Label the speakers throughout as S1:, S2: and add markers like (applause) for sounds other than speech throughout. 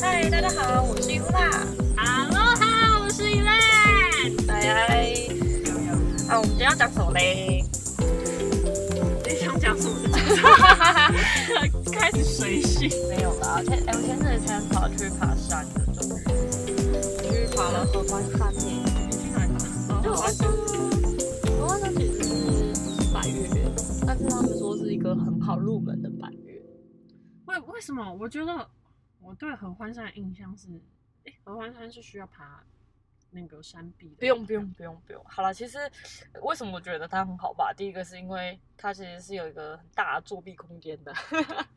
S1: 嗨，大家好，我是 Yula。
S2: Hello，哈，我是 e l a n
S1: 嗨嗨，
S2: (laughs)
S1: 啊，我们今天要讲什么嘞？
S2: 你想讲什么？开始随性。
S1: (laughs) 没有啦，前哎、我前阵子才跑去爬山的，终于去爬了合欢山耶。
S2: 你去哪里爬？
S1: 就合欢山，合欢山其实是百越，但是他们说是一个很好入门的百越。
S2: 为为什么？我觉得我对合欢山的印象是，哎、合欢山是需要爬那个山壁的。
S1: 不用不用不用不用，好了，其实为什么我觉得它很好吧？第一个是因为它其实是有一个很大的作弊空间的，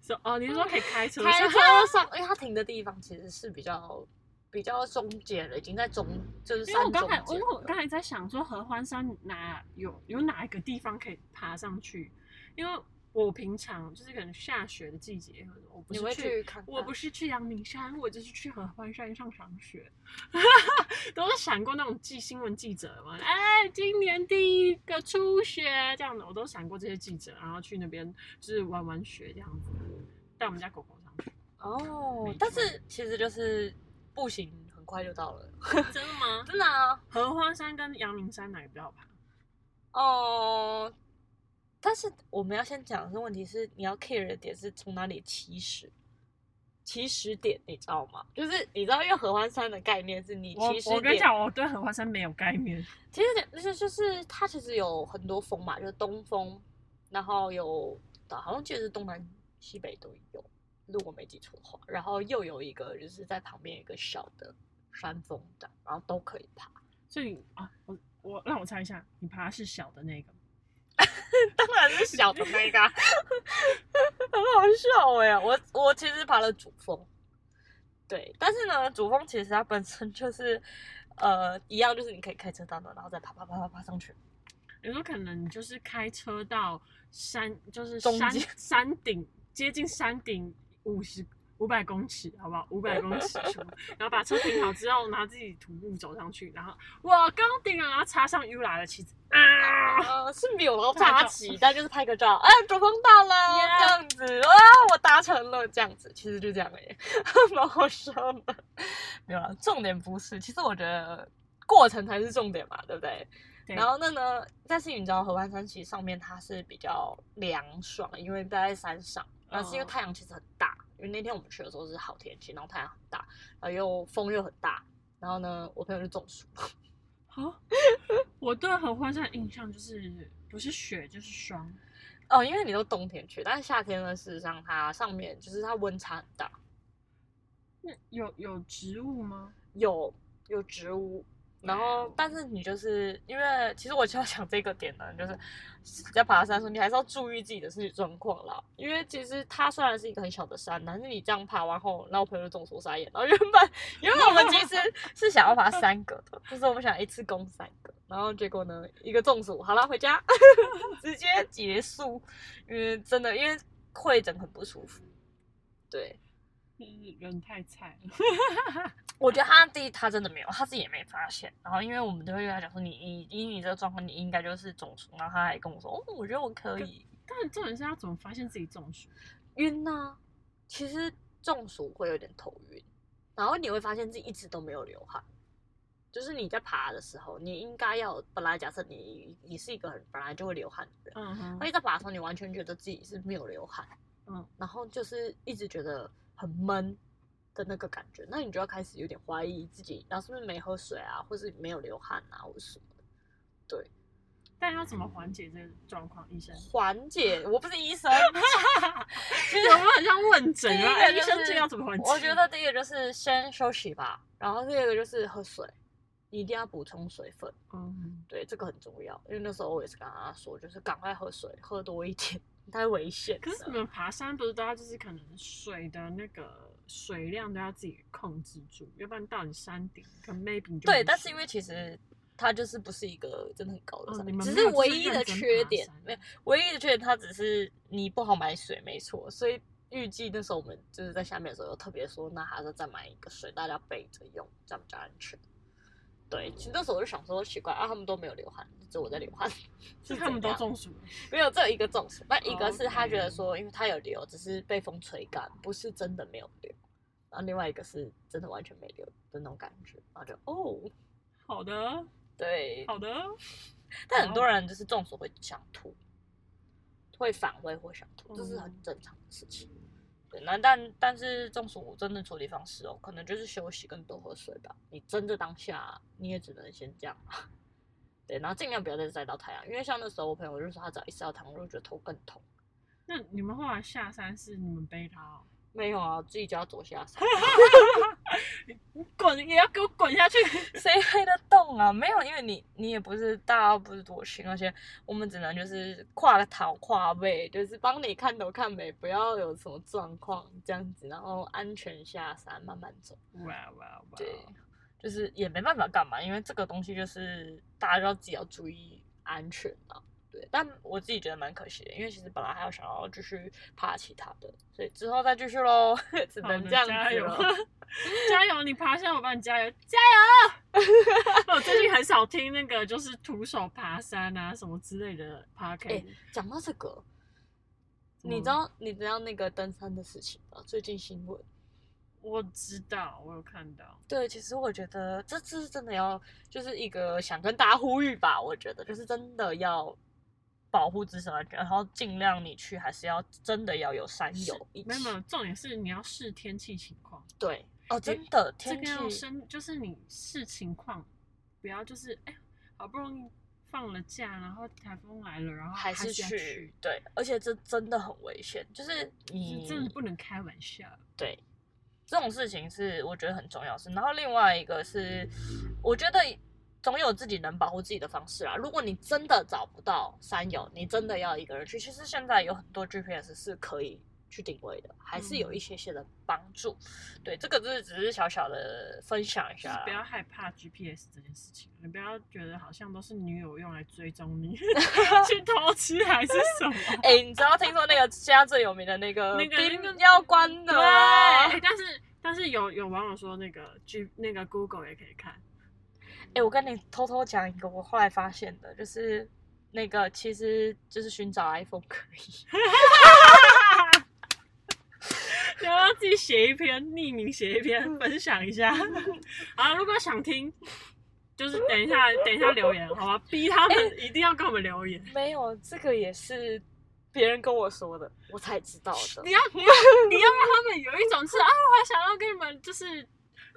S2: 是哦，你是说可以开车上？
S1: 开车上，因为它停的地方其实是比较比较中间了，已经在中就是
S2: 因为
S1: 山中
S2: 我刚才
S1: 间，
S2: 因为我刚
S1: 了。
S2: 才在想说合欢山哪有有哪一个地方可以爬上去，因为我平常就是可能下雪的季节，我不
S1: 你
S2: 是
S1: 会去看看
S2: 我不是去阳明山，我就是去合欢山上赏雪， (laughs) 都是闪过那种记新闻记者嘛，哎，今年第一个初雪这样的，我都闪过这些记者，然后去那边就是玩玩雪这样子，带我们家狗狗上去，
S1: 哦
S2: 没，
S1: 但
S2: 错
S1: 是其实就是步行很快就到了， (laughs)
S2: 真的吗？
S1: 真的啊。
S2: 合欢山跟阳明山哪个比较好爬？
S1: 哦，但是我们要先讲的问题是，你要 care 的点是从哪里起始？起始点你知道吗？就是你知道，因为合欢山的概念是你
S2: 我
S1: 起始
S2: 我跟你
S1: 点，
S2: 讲，我对合欢山没有概念。
S1: 其实点就是就是它其实有很多风嘛，就是东风，然后有好像记得是东南西北都有，如果没记错的话，然后又有一个就是在旁边有一个小的山峰的，然后都可以爬。 (laughs)
S2: 所以啊，我我让我猜一下，你爬的是小的那个吗，
S1: 当然是小的那个啊， (laughs) 很好笑哎、我我其实爬了主峰，对，但是呢，主峰其实它本身就是，呃，一样就是你可以开车到那，然后再爬爬爬爬爬上去。
S2: 有时候可能就是开车到山，就是
S1: 中
S2: 山
S1: 间
S2: 山顶接近山顶五十五百公尺，好不好？五百公尺处，然后把车停好之后，拿自己徒步走上去，然后我刚顶了，然后插上 U 拉的旗子，啊，
S1: 呃，是没有
S2: 拍
S1: 插
S2: 照
S1: 旗，但就是拍个照，哎，主峰到了哦
S2: Yeah
S1: 这样子，哇，我达成了，这样子，其实就这样而已， (laughs) 蛮好笑的。没有啦，重点不是，其实我觉得过程才是重点嘛，对不对？
S2: 对
S1: 然后那呢，但是你知道合欢山其实上面它是比较凉爽，因为待在山上，然后是因为
S2: 哦
S1: 太阳其实很大，因为那天我们去的时候是好天气，然后太阳很大，然后又风又很大，然后呢，我朋友就中暑。 (laughs)
S2: 好，我对合欢山的印象就是不是雪就是霜，
S1: 哦，因为你都冬天去，但是夏天呢，事实上它上面就是它温差很大，
S2: 那有有植物吗？
S1: 有有植物，然后但是你就是因为其实我就要讲这个点呢，就是你在爬山的时候，你还是要注意自己的身体状况啦。因为其实它虽然是一个很小的山，但是你这样爬完后，然后我朋友就中暑傻眼。然后原本原本我们其实是想要爬三个的，就是我们想一次攻三个，然后结果呢一个中暑，好了回家 (laughs) 直接结束，因为真的因为会诊很不舒服，对。
S2: 就是人太菜了。 (laughs)
S1: 我觉得他第一他真的没有，他自己也没发现。然后因为我们都会跟他讲说，你以以你这个状况，你应该就是中暑。然后他还跟我说，哦，我觉得我可以
S2: 但重点是要怎么发现自己中暑？
S1: 晕呐、其实中暑会有点头晕，然后你会发现自己一直都没有流汗。就是你在爬的时候，你应该要本来假设你你是一个很本来就会流汗的人，
S2: 嗯哼
S1: 而且在爬的时候你完全觉得自己是没有流汗，
S2: 嗯，
S1: 然后就是一直觉得很闷的那个感觉，那你就要开始有点怀疑自己，然后是不是没喝水啊，或是没有流汗啊，或者什么的。
S2: 但要怎么缓解这个状况？医生，
S1: 缓解，我不是医生，
S2: 其 (laughs) 实我们很像问诊
S1: 第一
S2: 啊，
S1: 个
S2: 哎
S1: 就
S2: 医
S1: 是
S2: 生这要怎么缓解？
S1: 我觉得第一个就是先休息吧，然后第二个就是喝水，你一定要补充水分，
S2: 嗯，
S1: 对，这个很重要。因为那时候我也是跟他说，就是赶快喝水，喝多一点， (laughs) 太危险了。
S2: 可是你们爬山不是都要就是可能水的那个水量都要自己控制住，要不然到你山顶，可能 maybe 你就没
S1: 对，
S2: 水
S1: 但是因为其实它就是不是一个真的很高的
S2: 嗯
S1: 山，
S2: 你们
S1: 只
S2: 没有就是
S1: 唯一的
S2: 认真
S1: 缺
S2: 爬
S1: 点
S2: 山，
S1: 没有唯一的缺点，它只是你不好买水，没错。所以预计那时候我们就是在下面的时候有特别说，那还是再买一个水，大家备着用，这样比较安全。对，其实那时候我就想说，奇怪啊，他们都没有流汗，只有我在流汗，
S2: 是
S1: 怎
S2: 他们都
S1: 样
S2: 中暑了，
S1: 没有，只有一个中暑。那一个
S2: 哦
S1: 是他觉得
S2: ，OK
S1: 说，因为他有流，只是被风吹干，不是真的没有流。然后另外一个是真的完全没留的那种感觉，然后就哦，
S2: 好的，
S1: 对，
S2: 好的，
S1: 但很多人就是中暑会想吐，会反胃或想吐，这是很正常的事情。对，那但但是中暑真的处理方式哦，可能就是休息跟多喝水吧。你真的当下你也只能先这样啊。 (laughs) 对，然后尽量不要再晒到太阳，因为像那时候我朋友就说他只要一晒到太阳，我就觉得头更痛。
S2: 那你们后来下山是你们背他、哦，
S1: 没有啊，自己就要走下山，
S2: (laughs) 滚也要给我滚下去。
S1: 谁背得动啊？没有，因为你你也不是大到不是多轻，而且我们只能就是跨头跨背，就是帮你看头看尾，不要有什么状况这样子，然后安全下山，慢慢走。
S2: 哇哇哇！
S1: 对， (laughs) 就是也没办法干嘛，因为这个东西就是大家要自己要注意安全啊。对，但我自己觉得蛮可惜的，因为其实本来还有想要继续爬其他的，所以之后再继续喽， (laughs) 只
S2: 好
S1: 能
S2: 的
S1: 这样
S2: 加
S1: 子哦
S2: 油
S1: 了。，
S2: (laughs) 加油！你爬山，我帮你加油，加
S1: (laughs)
S2: 油！我最近很少听那个就是徒手爬山啊什么之类的 p o c a
S1: 哎
S2: s t
S1: 讲到这个，
S2: 怎么
S1: 你知道你知道那个登山的事情吗？最近新闻。
S2: 我知道，我有看到。
S1: 对，其实我觉得这次真的要，就是一个想跟大家呼吁吧。我觉得就是真的要保护自身安全，然后尽量你去还是要真的要有山友一起。
S2: 没有没有，重点是你要视天气情况，
S1: 对哦，真的
S2: 这
S1: 天
S2: 个要
S1: 气
S2: 深，就是你视情况，不要就是哎，好不容易放了假，然后台风来了，然后
S1: 还
S2: 是
S1: 是
S2: 要
S1: 去，对，而且这真的很危险，就是
S2: 就是
S1: 你
S2: 真的不能开玩笑。
S1: 对，这种事情是我觉得很重要的事。然后另外一个是，我觉得总有自己能保护自己的方式啦。如果你真的找不到山友，你真的要一个人去，其实现在有很多 GPS 是可以去定位的，还是
S2: 嗯
S1: 有一些些的帮助。对，这个就是只是小小的分享一
S2: 就
S1: 下
S2: 是
S1: 啦。
S2: 不要害怕 GPS 这件事情，你不要觉得好像都是女友用来追
S1: (laughs)
S2: 踪你，去偷吃还是什么？
S1: 哎、你知道听说那个现在最有名的那个
S2: 那个那个
S1: 冰呃要关的哦
S2: 对，
S1: 吗？
S2: 哎但是但是有有网友说那个 G 那个 Google 也可以看，
S1: 哎、我跟你偷偷讲一个，我后来发现的，就是那个其实就是寻找 iPhone 可以，
S2: 你要不要自己写一篇，匿名写一
S1: (laughs)
S2: 篇分享一下？啊，如果想听，就是等一下等一下留言，好吧？逼他
S1: 哎
S2: 们一定要跟我们留言。
S1: 没有这个也是别人跟我说的，我才知道的
S2: 你。要你要你要让他们有一种是啊，我还想要跟你们就是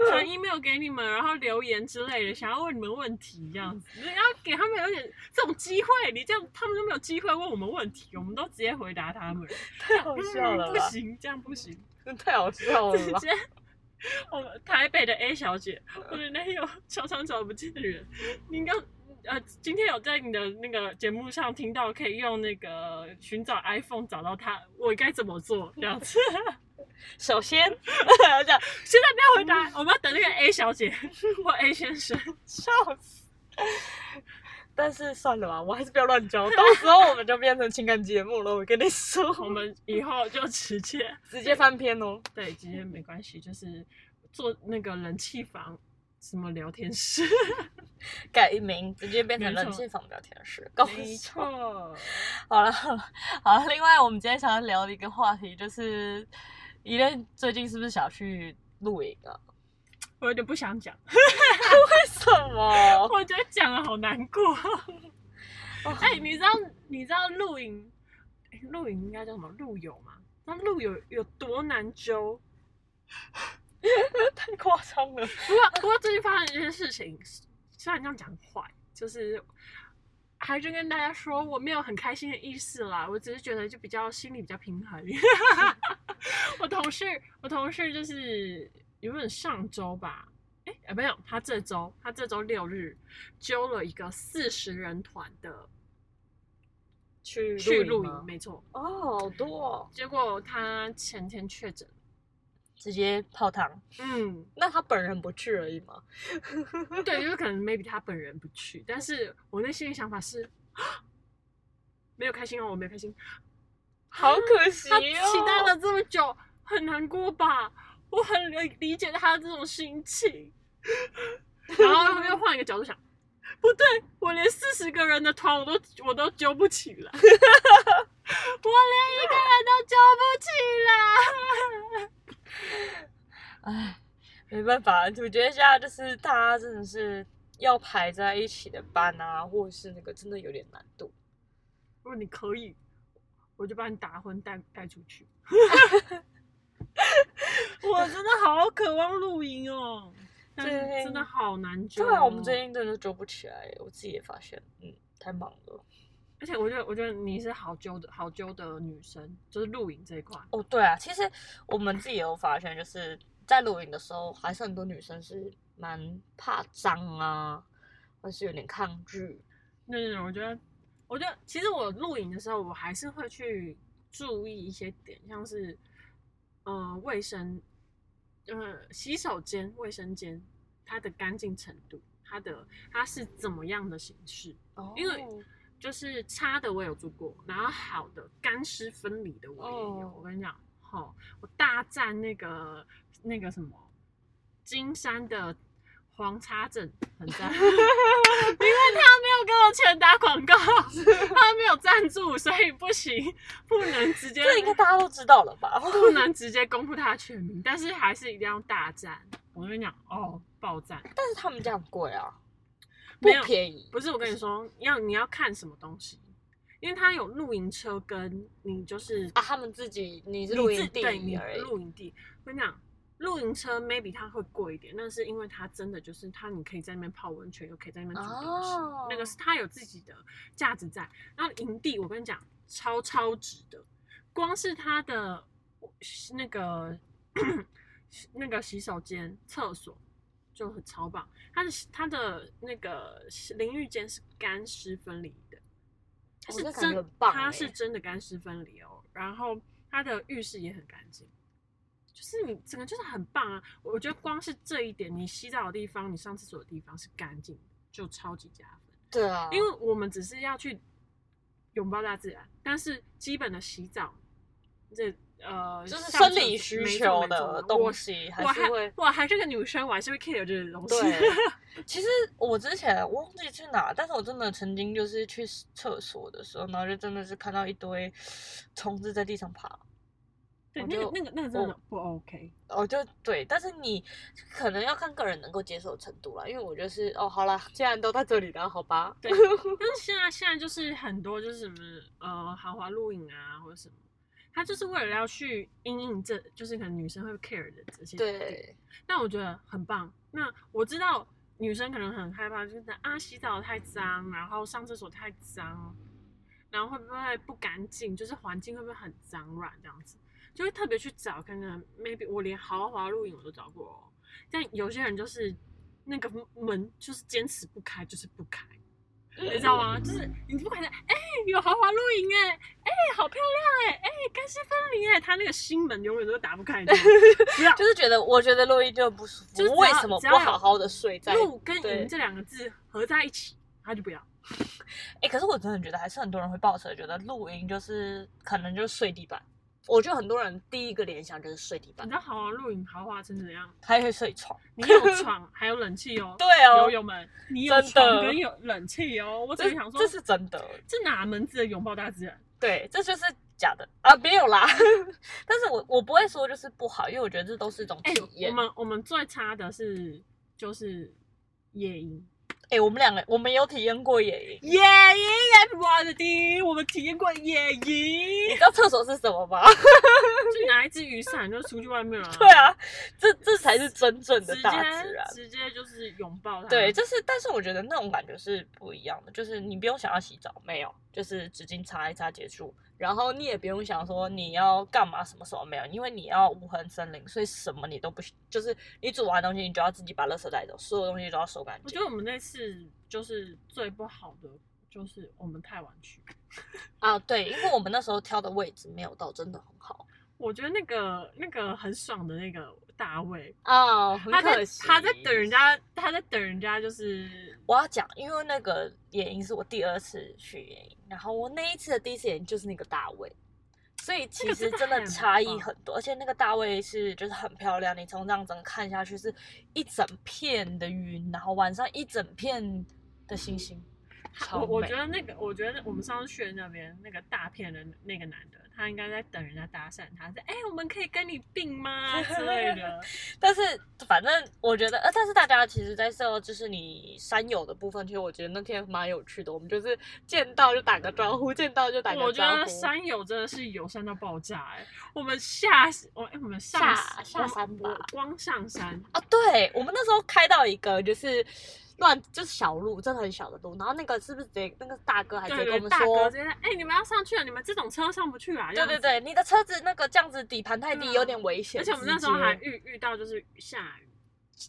S2: 传 email 给你们，然后留言之类的，想要问你们问题这样子，你要给他们有点这种机会，你这样他们都没有机会问我们问题，我们都直接回答他们，
S1: 太好笑了
S2: 嗯不
S1: (laughs) 吧？
S2: 行，这样不行，
S1: 嗯太好笑了
S2: 直
S1: 吧？
S2: 接。我们台北的 A 小姐，我的男友常常找不见的人，你刚呃今天有在你的那个节目上听到，可以用那个寻找 iPhone 找到他，我该怎么做这样子？
S1: 首先，这样
S2: 现在不要回答，我们要等那个 A 小姐或 A 先生。
S1: 笑死。但是算了吧，我还是不要乱教，到时候我们就变成情感节目了。我跟你说， (laughs)
S2: 我们以后就直接
S1: 直接翻篇哦。
S2: 对，直接没关系，就是做那个冷气房什么聊天室。
S1: 改名直接变成
S2: 没错
S1: 冷气房聊天室，搞笑。
S2: 错，
S1: 好了好了好了，另外我们今天想要聊的一个话题就是，伊莲最近是不是想去露营啊？
S2: 我有点不想讲，
S1: (laughs) 为什 (laughs) 么？
S2: 我觉得讲了好难过。哎、你知道你知道露营，哎露营应该叫什么露友吗？那露友有多难揪？
S1: 太夸张了！
S2: 不过不过最近发生一件事情，虽然这样讲坏，就是还是跟大家说我没有很开心的意思啦，我只是觉得就比较心里比较平衡。 (laughs) 我同事我同事就是原本上周吧。哎，呃没有，他这周他这周六日揪了一个四十人团的
S1: 去
S2: 去露
S1: 露
S2: 营，
S1: 营
S2: 没错。
S1: 哦，好多、哦，
S2: 结果他前天确诊，
S1: 直接泡汤。
S2: 嗯，
S1: 那他本人不去而已嘛。
S2: (laughs) 对，就是可能 maybe 他本人不去，但是我内心的想法是，没有开心哦，我没有开心。
S1: (laughs) 好可惜
S2: 他
S1: 哦！
S2: 期待了这么久，很难过吧？我很理理解他这种心情。然后又换一个角度想，不对，我连四十个人的团我都我都揪不起来，我 (laughs) 连一个人都揪不起来。
S1: 唉，没办法，我觉得现在就是大家真的是要排在一起的班啊，或者是那个真的有点难度。
S2: 如哦果你可以，我就把你打昏带带出
S1: (laughs)
S2: 去。我真的好渴望露营哦，但是
S1: 对
S2: 真的好难揪、
S1: 对
S2: 哦。
S1: 啊，我们最近真的揪不起来，我自己也发现，嗯，太忙了。
S2: 而且我觉得，我觉得你是好揪的好揪的女生，就是露营这一块。
S1: 哦，对啊，其实我们自己也有发现，就是在露营的时候，还是很多女生是蛮怕脏啊，或是有点抗拒。
S2: 对对对，我觉得，我觉得其实我露营的时候，我还是会去注意一些点，像是，呃，卫生，呃，洗手间、卫生间它的干净程度，它的它是怎么样的形式，
S1: 哦
S2: 因为就是差的我有做过，然后好的干湿分离的我也有。
S1: 哦
S2: 我跟你讲，吼、我大战那个那个什么金山的黄叉镇，很
S1: (laughs)
S2: 赞，因为他没有给我钱打广告，他没有赞助，所以不行，不能直接
S1: 这应该大家都知道了吧？
S2: 不能直接公布他的全名，但是还是一定要大战。我跟你讲，哦，爆赞。
S1: (laughs) 但是他们家很贵啊，不
S2: 没有
S1: 便宜。
S2: 不是，我跟你说，要你要看什么东西，因为它有露营车跟你就是
S1: 啊，他们自己你是
S2: 你
S1: 露
S2: 自
S1: 营地
S2: 对你
S1: 而已。
S2: 露营地。我跟你讲，露营车 maybe 它会贵一点，但是因为它真的就是它，你可以在那边泡温泉，又可以在那边煮东西，
S1: 哦
S2: 那个是它有自己的价值在。然后营地，我跟你讲，超超值的，光是它的那个 (clears throat) 那个洗手间、厕所。就很超棒，它的它的那个淋浴间是干湿分离的，它
S1: 哦
S2: 是
S1: 那感觉
S2: 真，
S1: 很棒
S2: 它
S1: 欸
S2: 是真的干湿分离哦。然后它的浴室也很干净，就是你整个就是很棒啊！我觉得光是这一点，你洗澡的地方、你上厕所的地方是干净的，就超级加分。
S1: 对啊，
S2: 因为我们只是要去拥抱大自然，但是基本的洗澡，这呃
S1: 就是
S2: 上
S1: 生
S2: 厕
S1: 理
S2: 所
S1: 需
S2: 没错
S1: 求
S2: 没错
S1: 的
S2: 我
S1: 东西
S2: 我
S1: 还是
S2: 还
S1: 会。
S2: 我还是个女生，我还是会 care 这些东西。 (laughs)
S1: 对，其实我之前我忘记去哪，但是我真的曾经就是去厕所的时候，然后就真的是看到一堆 (sniffs) 虫子在地上爬，
S2: 对，
S1: 我
S2: 那个
S1: 就
S2: 那个那个真的
S1: (laughs)
S2: 不 OK。
S1: 哦，就对，但是你可能要看个人能够接受的程度啦，因为我就是哦，好啦，既然都在这里了，好吧，
S2: 对，但是现在现在就是很多就是什么呃豪华露营啊或者什么，他就是为了要去因应这就是可能女生会 care 的这些点。
S1: 对，
S2: 那我觉得很棒。那我知道女生可能很害怕，就是啊洗澡太脏，然后上厕所太脏，然后会不会不干净，就是环境会不会很脏乱这样子，就会特别去找看看。maybe 我连豪华露营我都找过、哦，但有些人就是那个门就是坚持不开，就是不开。
S1: 嗯
S2: 你知道吗？就是你不管是哎、有豪华露营哎，哎、好漂亮哎、哎、干湿分离哎，他那个心门永远都打不开，你知道吗不要
S1: 就是觉得我觉得洛伊就不舒
S2: 就是只
S1: 服，
S2: 要
S1: 为什么
S2: 只
S1: 不
S2: 要有
S1: 好好的睡在
S2: 露跟
S1: 对
S2: 营这两个字合在一起，他就不要。
S1: 哎、可是我真的觉得还是很多人会抱持觉得露营就是可能就是睡地板。我觉得很多人第一个联想就是睡地
S2: 你
S1: 板
S2: 知，道豪华露营豪华成怎样？
S1: 还会睡床。(laughs)
S2: 你有床，还有冷气哦。
S1: 对哦，
S2: 友友们，你有
S1: 真的
S2: 床跟有冷气哦。我只
S1: 这
S2: 是想说，
S1: 这是真的，
S2: 这哪门子的拥抱大自然？
S1: 对，这就是假的啊，没有啦。 (laughs) 但是我我不会说就是不好，因为我觉得这都是一种
S2: 哎、
S1: 体验。
S2: 我们我们最差的是就是野营，
S1: 哎、我们两个我们有体验过野营，
S2: 野营 everybody，我们体验过野
S1: 你 (laughs)
S2: 营，
S1: 知道厕所是什么吗？ (laughs)
S2: 就拿一支雨伞就出去外面了。
S1: 对啊，，这这才是真正的
S2: 直
S1: 大自然
S2: 接。直接就是拥抱它。
S1: 对，就是，但是我觉得那种感觉是不一样的，就是你不用想要洗澡，没有，就是纸巾擦一擦结束，然后你也不用想说你要干嘛，什么什么没有，因为你要无痕森林，所以什么你都不，就是你煮完东西，你就要自己把垃圾带走，所有东西都要收干
S2: 我觉
S1: 净
S2: 得我们那次就是最不好的，就是我们太晚去。
S1: 啊。对，因为我们那时候挑的位置没有到真的很好
S2: 我觉得那个那个很爽的那个大卫，
S1: 啊，很
S2: 他在
S1: 可惜。
S2: 他在等人，家，他在等人家就是
S1: 我要讲，因为那个野营是我第二次去野营，然后我那一次的第一次野营就是那个大卫，所以其实真的差异很多，而且那个大卫是就是很漂亮，你从这样整个看下去是一整片的云，然后晚上一整片的星星，超
S2: 嗯我我
S1: 美
S2: 觉。得那个我觉得我们上次去的那边那个大片的那个男的，他应该在等人家搭讪他，说哎、我们可以跟你并吗之类的。
S1: 但是反正我觉得，呃，但是大家其实，在社就是你山友的部分，其实我觉得那天蛮有趣的。我们就是见到就打个招呼，见到 (laughs) 就打
S2: 我
S1: 个
S2: 觉
S1: 招
S2: 得
S1: 呼。
S2: 山友真的是友善到爆炸哎、我们下我哎、我们上
S1: 下下
S2: 我们
S1: 山吧
S2: 我光上山，
S1: 啊，对，我们那时候开到一个就是乱，就是小路，真的很小的路。然后那个是不是直接那个大哥还直
S2: 对
S1: 接啊跟我们
S2: 对，大
S1: 说
S2: 哥，直接说哎、你们要上去了，你们这种车上不去啊。这
S1: 对
S2: 样
S1: 对
S2: 子
S1: 对，你的车子那个这样子底盘太低，
S2: 嗯
S1: 有点危险。
S2: 而且我们那时候还
S1: 直接
S2: 遇遇到就是下雨，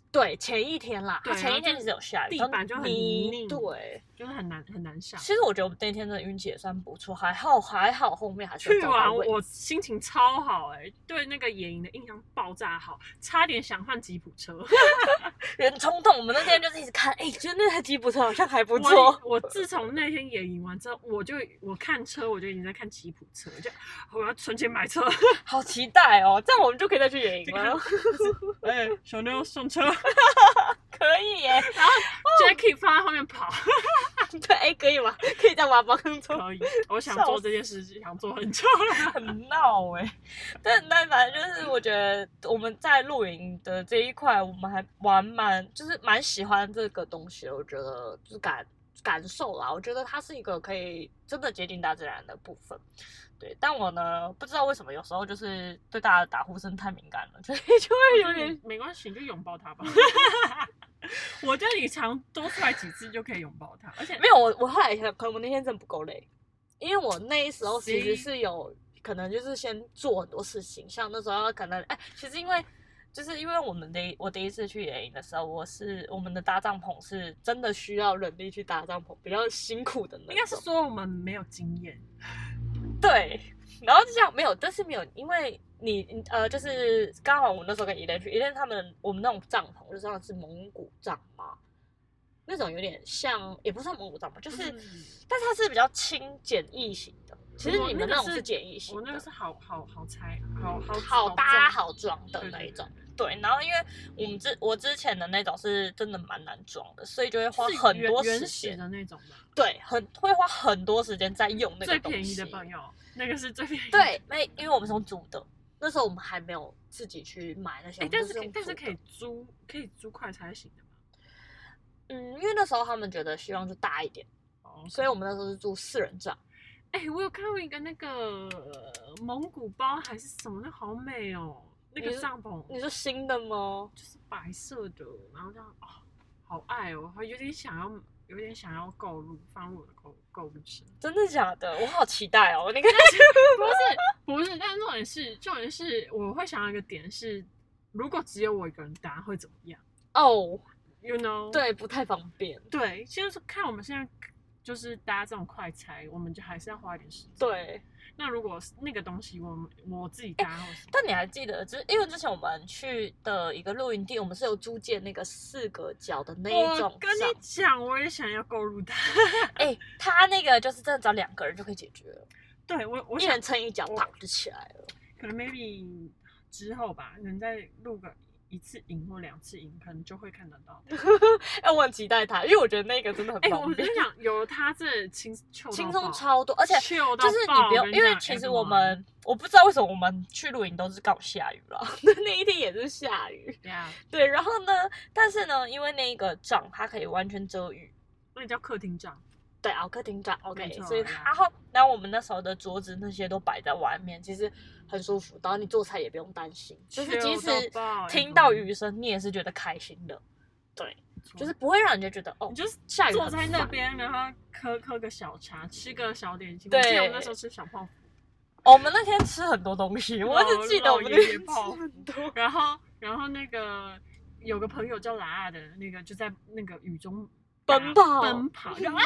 S1: 对前一天啦，
S2: 对
S1: 他前一
S2: 然
S1: 天
S2: 后
S1: 其实有下雨，
S2: 地
S1: 然后
S2: 板就很
S1: 泥
S2: 泥
S1: 对。
S2: 就是很难很难上。
S1: 其实我觉得我们那天真的运气也算不错，还好还好后面还是有
S2: 去
S1: 找到
S2: 完
S1: 位置
S2: 我心情超好哎、对那个野营的印象爆炸好，差点想换吉普
S1: (laughs)
S2: 车。
S1: 人冲动，我们那天就是一直看，哎、觉得那台吉普车好像还不
S2: 我
S1: 错。
S2: 我自从那天野营完之后，我就我看车我就已经在看吉普车，就我要存钱
S1: (laughs)
S2: 买车。
S1: 好期待哦！这样我们就可以再去
S2: (laughs)
S1: 野营了 (laughs)
S2: 就，哎、小妞上车
S1: 可以耶！ (laughs)
S2: ，Jackie 放在后面跑，
S1: 对，哎、可以吗？可以再挖宝坑中，
S2: 可以。我想
S1: 笑
S2: 做
S1: 死
S2: 这件事，想做很久
S1: (laughs)
S2: 了。
S1: 很闹哎。但但反正就是，我觉得我们在露营的这一块，我们还玩蛮，就是蛮喜欢这个东西的。我觉得就是感感受啦，我觉得它是一个可以真的接近大自然的部分。对，但我呢，不知道为什么有时候就是对大家的打呼声太敏感了，所以就会有点
S2: 没关系，你就拥抱他吧。我觉得你常多出来几次就可以拥抱他，而且
S1: 没有，我我后来想，可能我那天真的不够累，因为我那时候其实
S2: See？
S1: 是有可能就是先做很多事情，像那时候可能哎，其实因为就是因为我们的我第一次去野营的时候，我是我们的搭帐篷是真的需要人力去搭帐篷，比较辛苦的那
S2: 应该是
S1: 种。
S2: 说我们没有经验。
S1: 对，然后就这样没有，但是没有，因为你你呃，就是刚好我那时候跟伊莲去，伊莲他们我们那种帐篷就像是蒙古帐嘛，那种有点像，也不算蒙古帐篷，就是。
S2: 嗯
S1: 但是它是比较轻简易型的。其实
S2: 我
S1: 你
S2: 那
S1: 们
S2: 个
S1: 那种
S2: 是
S1: 是简易型
S2: 我那个
S1: 的
S2: 是，好好好拆，好好
S1: 好搭
S2: 装
S1: 好装的
S2: 对
S1: 那
S2: 对
S1: 一
S2: 对
S1: 种。对，然后因为我们之我之前的那种是真的蛮难装的，所以就会花
S2: 是
S1: 很
S2: 原
S1: 多时
S2: 原始
S1: 间，
S2: 的那种吧，
S1: 对，很会花很多时间在用那个
S2: 最
S1: 东
S2: 便宜
S1: 西
S2: 的朋友，那个是最便宜的。
S1: 对，没，因为我们是用租的，那时候我们还没有自己去买那些，
S2: 哎、
S1: 我们
S2: 但
S1: 都
S2: 是
S1: 是
S2: 可以
S1: 用
S2: 但
S1: 租
S2: 是可以
S1: 的，
S2: 租可以租快拆型的吧？
S1: 嗯，因为那时候他们觉得希望就大一点，
S2: 哦
S1: 所以我们那时候是住四人帐。
S2: 哎、我有看过一个那个呃蒙古包还是什么，那好美哦，那
S1: 你
S2: 个
S1: 是
S2: 帐篷
S1: 你说新的吗？
S2: 就是白色的，然后这样哦，好爱哦，还有点想要有点想要购入，放入我的购购物车。 (laughs)
S1: 真的假的？我好期待哦！你看，
S2: 不是不是，但重点是重点是，我会想到一个点是，如果只有我一个人搭会怎么样
S1: 哦，
S2: ？You know？
S1: 对，不太方便。
S2: 对，就是看我们现在就是搭这种快拆，我们就还是要花一点时间。，
S1: 对，
S2: 那如果是那个东西我们我自己搭或什么，
S1: 但你还记得，就是因为之前我们去的一个露营地，我们是有租借那个四个角的那一种
S2: 我跟你
S1: 帐
S2: 讲，我也想要购入它。 (laughs)
S1: 哎、他那个就是真的只要两个人就可以解决了，
S2: 对我，我
S1: 一
S2: 想
S1: 人撑一脚，
S2: 我
S1: 躺就起来了。
S2: 可能 maybe 之后吧，能再录个一次影或两次影，可能就会看得到它。
S1: 哎、我很期待他，因为我觉得那个真的很
S2: 哎、
S1: 方
S2: 我
S1: 便
S2: 跟你，讲，有了它这轻
S1: 轻松，超多，而
S2: 而
S1: 且就是你哎不用，因为其实我们我不知道为什么我们去露营都是搞下雨了， (laughs) 那一天也是下雨。对，然后呢，但是呢，因为那个帐它可以完全遮雨，
S2: 那叫客厅帐，
S1: 对，奥克厅长 OK，
S2: 错
S1: 所以
S2: 呀
S1: 它然后然后我们那时候的桌子那些都摆在外面，其实很舒服，然后你做菜也不用担心，就是即
S2: Chill
S1: 使
S2: 到爆
S1: 听到哎雨声，你也是觉得开心的，对，就是不会让人家觉得哦
S2: 你，就是
S1: 下雨
S2: 坐
S1: 很
S2: 在那
S1: 烦
S2: 边，然后喝喝个小茶，吃个小点心。
S1: 对
S2: 我记得我们那时候吃小泡芙，
S1: 哦我们那天吃很多东 (laughs) 西，我
S2: 老
S1: 只记得
S2: 老
S1: 我们那
S2: 爷爷
S1: 天吃
S2: 泡
S1: 很多，
S2: 然后然后那个有个朋友叫拉拉的那个就在那个雨中打
S1: 奔跑
S2: 奔跑，就啊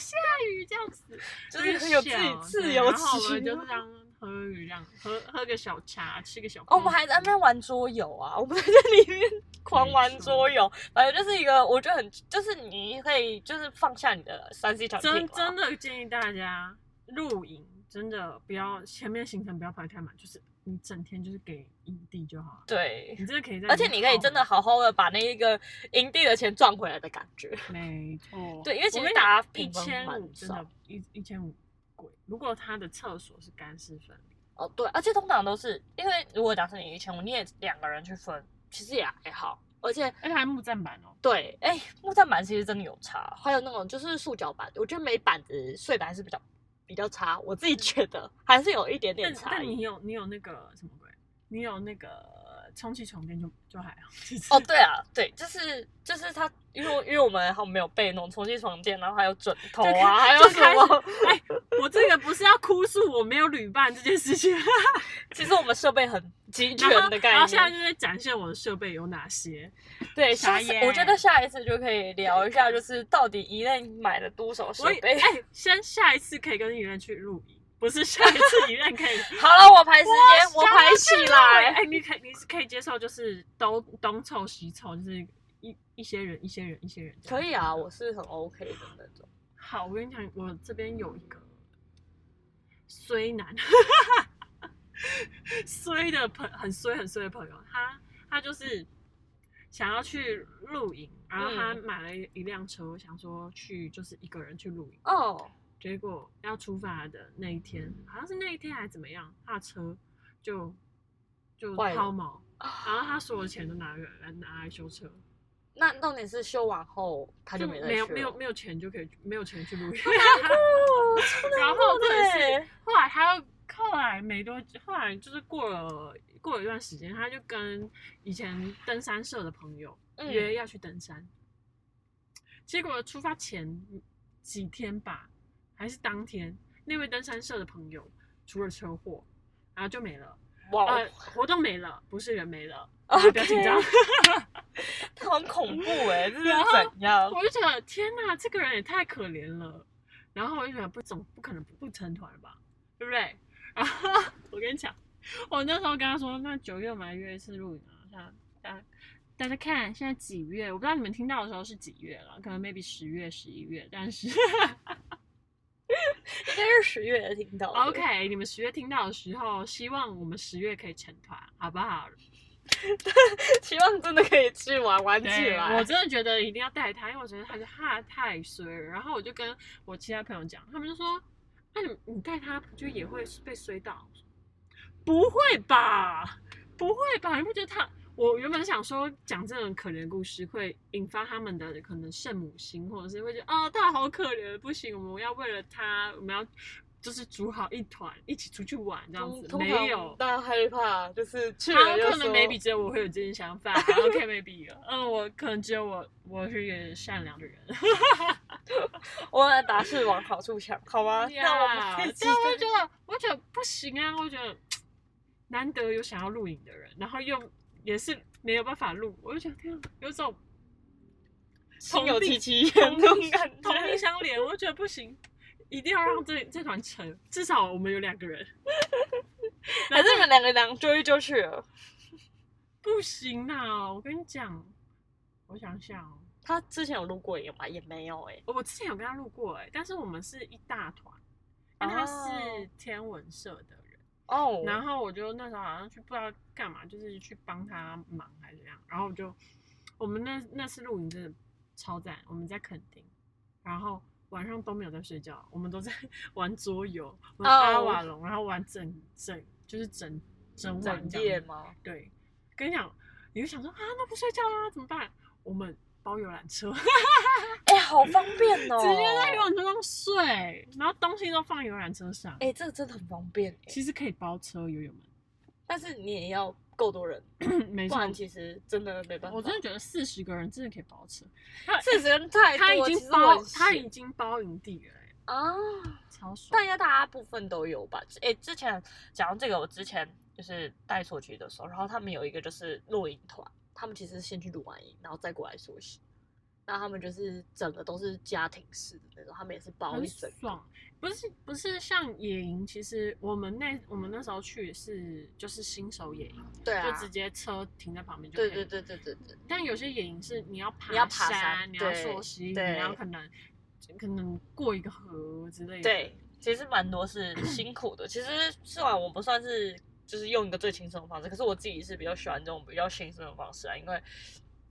S2: 下雨这样子，
S1: 就是很有自己
S2: 笑
S1: 自
S2: 对
S1: 由
S2: 然后我
S1: 情啊
S2: 们。就是这样喝雨，这样喝喝个小茶，吃个小泡芙。
S1: 哦，我们还在那边玩桌游啊，我们在这里
S2: (laughs)
S1: 面狂玩桌游，反正就是一个我觉得很，就是你可以就是放下你的三 C 产品
S2: 真
S1: 啦
S2: 真的建议大家露营，真的不要前面行程不要排太满，就是你整天就是给营地就好了。
S1: 对
S2: 你，真的可以在里面耗，
S1: 而且你可以真的好好的把那一个营地的钱赚回来的感觉。
S2: 没错，
S1: 对因为其实
S2: 我跟你
S1: 大家
S2: 一
S1: 评分
S2: 千
S1: 蛮
S2: 五真的
S1: 少，
S2: 一一千五贵。如果他的厕所是干式分离，
S1: 哦，对，而且通常都是因为如果假设你一千五，你也两个人去分，其实也还好。而且
S2: 而且还木栈板哦，
S1: 对，哎，木栈板其实真的有差，还有那种就是塑胶板，我觉得没板子碎板还是比较比较差，我自己觉得还是有一点点
S2: 嗯但
S1: 差
S2: 但
S1: 异。
S2: 你有你有那个什么鬼？你有那个充气床垫就就还好，就是
S1: 哦，对啊，对，就是就是他，因为因为我们还没有备那种充气床垫，然后还有枕头
S2: 就
S1: 啊，
S2: 开
S1: 还有
S2: 就
S1: 什么？
S2: 开始哎，我这个不是要哭诉我没有旅伴这件
S1: (laughs)
S2: 事情，
S1: 其实我们设备很齐全
S2: 然后
S1: 的概
S2: 然后
S1: 念。
S2: 现在就在展现我的设备有哪些。
S1: 对，
S2: 傻
S1: 下次
S2: 眼
S1: 我觉得下一次就可以聊一下，就是到底一类买了多少设
S2: 我也
S1: 备。
S2: 哎，先下一次可以跟雨燕去露营，不是下一次雨燕可
S1: (laughs)
S2: 以
S1: 好了，我排时间，我排起来。
S2: 哎，你可以你是可以接受，就是东东凑西凑，就是一一些人一些人一些人。
S1: 可以啊，我是很 OK 的那种。
S2: 好，我跟你讲，我这边有一个衰男，衰的朋很衰很衰的朋友，他他就是想要去露营，然后他
S1: 嗯
S2: 买了一一辆车，想说去就是一个人去露营。
S1: 哦，
S2: 结果要出发的那一天，好像是那一天还是怎么样，他的车就就
S1: 坏了啊
S2: 抛锚，然后他所有钱都拿来拿来修车，
S1: 那重点是修完后他就
S2: 就
S1: 没再
S2: 没有
S1: 去
S2: 没有
S1: 了
S2: 没有钱就可以没有钱去露营。
S1: 哦，超难
S2: (laughs) 然后
S1: 过
S2: 或者是
S1: 的欸
S2: 后来他又后来没多久，后来就是过了过了一段时间，他就跟以前登山社的朋友
S1: 嗯
S2: 约要去登山，结果出发前几天吧，还是当天，那位登山社的朋友出了车祸，然后就没了，
S1: 哇
S2: (laughs) 呃，活动没了，不是人没
S1: (laughs)
S2: 了，
S1: ，OK，
S2: 不要紧张。
S1: 他很恐怖哎，这是
S2: 然后
S1: 怎样？
S2: 我就觉得天哪，这个人也太可怜了。然后我就觉得不总不可能不不成团吧，对不对？ (laughs) 然后我跟你讲，我那时候跟他说，那九月我们来约一次露营啊，像大家大家看现在几月？我不知道你们听到的时候是几月了，可能 maybe 十月、十一月，但是 (laughs)
S1: 应该是十月听到的。
S2: OK，你们十月听到的时候，希望我们十月可以成团，好不好？
S1: 希望真的可以去玩玩起
S2: 对，
S1: 来。
S2: 我真的觉得一定要带他，因为我觉得他就他太衰了。然后我就跟我其他朋友讲，他们就说：“那、你你带他不就也会被衰到？”不会吧？不会吧？你不觉得他？我原本想说讲这种可怜故事会引发他们的可能圣母心，或者是会觉得啊、他好可怜，不行，我们要为了他，我们要就是组好一团，一起出去玩这样子。
S1: 通
S2: 没有，
S1: 通常大家害怕就是去
S2: 他
S1: 了就
S2: 可能
S1: 说
S2: maybe 只有我会有这些想法，OK maybe，嗯，我可能只有我我是个善良的人， (laughs)
S1: 我们打是往好处想，好吗？那我们可以
S2: Yeah，
S1: 记
S2: 但啊我就
S1: 得
S2: 觉得我觉得不行啊，我觉得难得有想要露营的人，然后又也是没有办法录，我就觉得天啊，
S1: (laughs)
S2: 有种
S1: 心有戚戚
S2: 同
S1: 焉那种
S2: 命
S1: 感
S2: 同命
S1: 觉。
S2: 相连，我觉得不行，一定要让这这团成，至少我们有两个人，
S1: 还是你们两个两追就去了？
S2: 不行啊，我跟你讲，我想想哦。
S1: 他之前有录过也吗？也没有哎、欸。
S2: 我之前有跟他录过哎、但是我们是一大团，因为他是
S1: 哦
S2: 天文社的人，
S1: 哦，
S2: 然后我就那时候好像去不知道干嘛，就是去帮他忙还是怎样，然后我就我们那那次露营真的超赞，我们在垦丁，然后晚上都没有在睡觉，我们都在 (laughs) 玩桌游，玩
S1: 哦
S2: 阿瓦隆，然后玩整整就是整整晚
S1: 整
S2: 这
S1: 夜
S2: 样子，
S1: 吗？
S2: 对，跟你讲，你就想说啊，那不睡觉啦、怎么办？我们包游览车。 (laughs)
S1: 哎、好方便哦！
S2: 直接在游览车上睡，然后东西都放游览车上。
S1: 哎、这个真的很方便、欸。
S2: 其实可以包车，游友
S1: 但是你也要够多人，
S2: 们， (clears throat) 没
S1: 不
S2: 错。
S1: 然其实真的没办法。
S2: 我真的觉得四十个人真的可以包车，
S1: 四十人太多，
S2: 他已
S1: 其
S2: 经
S1: 实我
S2: 包
S1: 很
S2: 他
S1: 闲
S2: 已经包营地了、欸，
S1: 啊。
S2: 超爽。
S1: 但应该大家部分都有吧？诶，之前讲到这个，我之前就是带所去的时候，然后他们有一个就是露营团，他们其实先去露完营，然后再过来休息。那他们就是整个都是家庭式的那种，他们也是包
S2: 很
S1: 一整个。
S2: 爽，不是不是像野营，其实我们那我们那时候去是就是新手野营，
S1: 对啊
S2: 就，直接车停在旁边就可以
S1: 对
S2: 了。
S1: 对对对对对，
S2: 但有些野营是你要爬
S1: 你要爬
S2: 山，
S1: 山
S2: 你要
S1: 对
S2: 溯溪，你
S1: 对
S2: 要可能可能过一个河之类的。
S1: 对，其实蛮多是辛苦的。其实虽然我不算是就是用一个最轻松的方式，可是我自己是比较喜欢这种比较轻松的方式啊，因为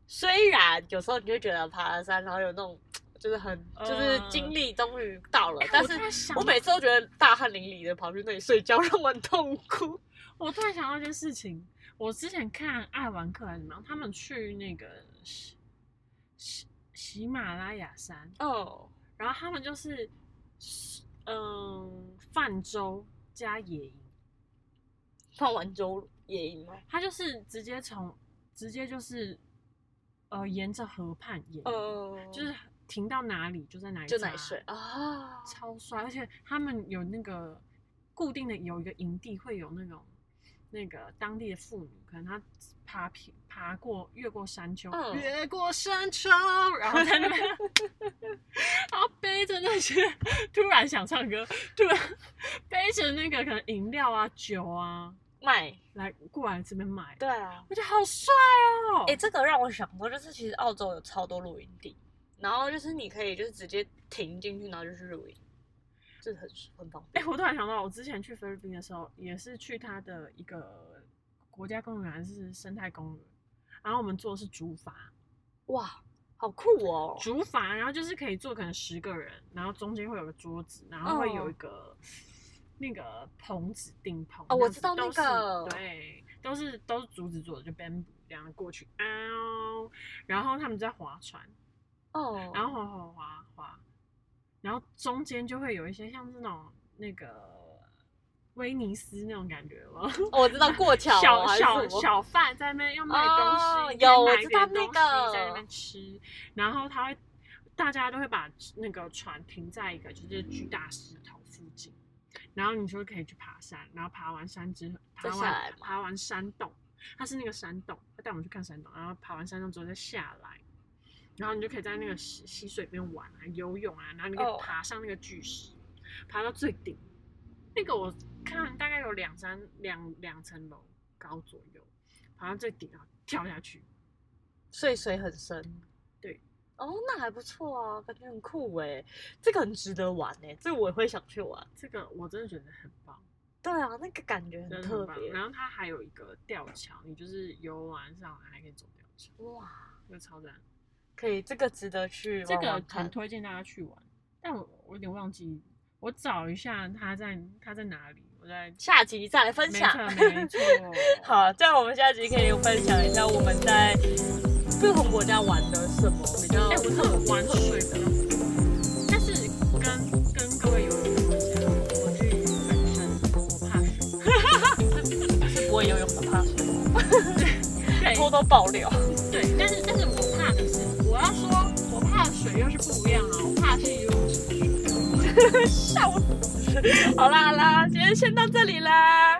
S1: 虽然有时候你就觉得爬山，然后有那种。就是很
S2: 嗯
S1: 就是精力终于到了，
S2: 哎
S1: 但
S2: 我突
S1: 是
S2: 然想
S1: 我每次都觉得大汗淋漓的跑去那里睡觉， (laughs) 让我很痛苦。
S2: 我突然想到一件事情，我之前看爱玩客还是怎么样，他们去那个喜喜喜马拉雅山，
S1: 哦，
S2: 然后他们就是嗯、泛舟加野营，
S1: 放完粥野营吗？
S2: 他就是直接从直接就是呃沿着河畔野营，
S1: 哦，
S2: 就是停到哪里就在哪里
S1: 就奶
S2: 扎
S1: 水啊，
S2: 超帅，而且他们有那个固定的有一个营地，会有那种那个当地的妇女，可能她爬平爬过越过山丘，
S1: 嗯
S2: 越过山丘，然后在那边，然后背着那些突然想唱歌，突然背着那个可能饮料啊酒啊
S1: 卖
S2: 来过来这边买，
S1: 对啊，
S2: 我觉得好帅哦！
S1: 哎、这个让我想到，就是其实澳洲有超多露营地，然后就是你可以就是直接停进去，然后就去露营，这很很方
S2: 哎、
S1: 便。
S2: 我突然想到，我之前去菲律宾的时候，也是去它的一个国家公园还是生态公园，然后我们做的是竹筏，
S1: 哇，好酷哦！
S2: 竹筏，然后就是可以坐可能十个人，然后中间会有个桌子，然后会
S1: 嗯
S2: 有一个、那个棚子顶棚。
S1: 哦我
S2: 这
S1: 知道
S2: 样子
S1: 那
S2: 都是
S1: 个
S2: 对，都是都是竹子做的，就 bamboo 这样过去，啊、然后他们在划船，
S1: 哦，
S2: 然后滑滑滑滑，然后中间就会有一些像这种那个威尼斯那种感觉吗？ (laughs)
S1: 哦我知道过桥啊
S2: 小
S1: 还是
S2: 小
S1: 什么
S2: 小贩在那边要卖
S1: 哦
S2: 东西，
S1: 有我
S2: 买
S1: 知
S2: 点
S1: 道那
S2: 东西
S1: 个
S2: 在那边吃，然后他会，大家都会把那个船停在一个就是巨大石头附近，然后你就可以去爬山，然后爬完山之后，爬
S1: 再下来
S2: 完
S1: 嘛
S2: 爬完山洞，它是那个山洞，他带我们去看山洞，然后爬完山洞之后再下来。然后你就可以在那个溪溪水边玩啊、游泳啊，然后你可以
S1: 哦
S2: 爬上那个巨石爬到最顶。那个我看大概有两三两两层楼高左右，爬到最顶然后跳下去。
S1: 所以水很深。
S2: 对，
S1: 哦，那还不错啊，感觉很酷哎，这个很值得玩哎，这个我也会想去玩。
S2: 这个我真的觉得很棒，
S1: 对啊，那个感觉很
S2: 真的很
S1: 特
S2: 棒。
S1: 别。
S2: 然后它还有一个吊桥，你就是游玩上来还可以走吊桥，
S1: 哇，
S2: 那超赞。
S1: 可以，这个值得去
S2: 这
S1: 玩
S2: 个
S1: 玩
S2: 很
S1: 看。
S2: 推荐大家去玩，但我我有点忘记，我找一下它在它在哪里，我在
S1: 下集再来分享。 (laughs)
S2: 没 (laughs) 错，没错
S1: 好，这样我们下集可以分享一下我们在不同国家玩的什么比较
S2: 哎、我是
S1: 特
S2: 很玩水的，但是跟跟各位游泳说一下，我去本身我怕 (laughs) 水，
S1: 别，不会游泳的怕 (laughs) 水，
S2: 对
S1: 偷偷爆料。
S2: 哎对，但是但是我怕的是，我要说我怕的水又是不一样啊了，我怕的是游泳池的水。
S1: 好啦好啦，今天先到这里啦。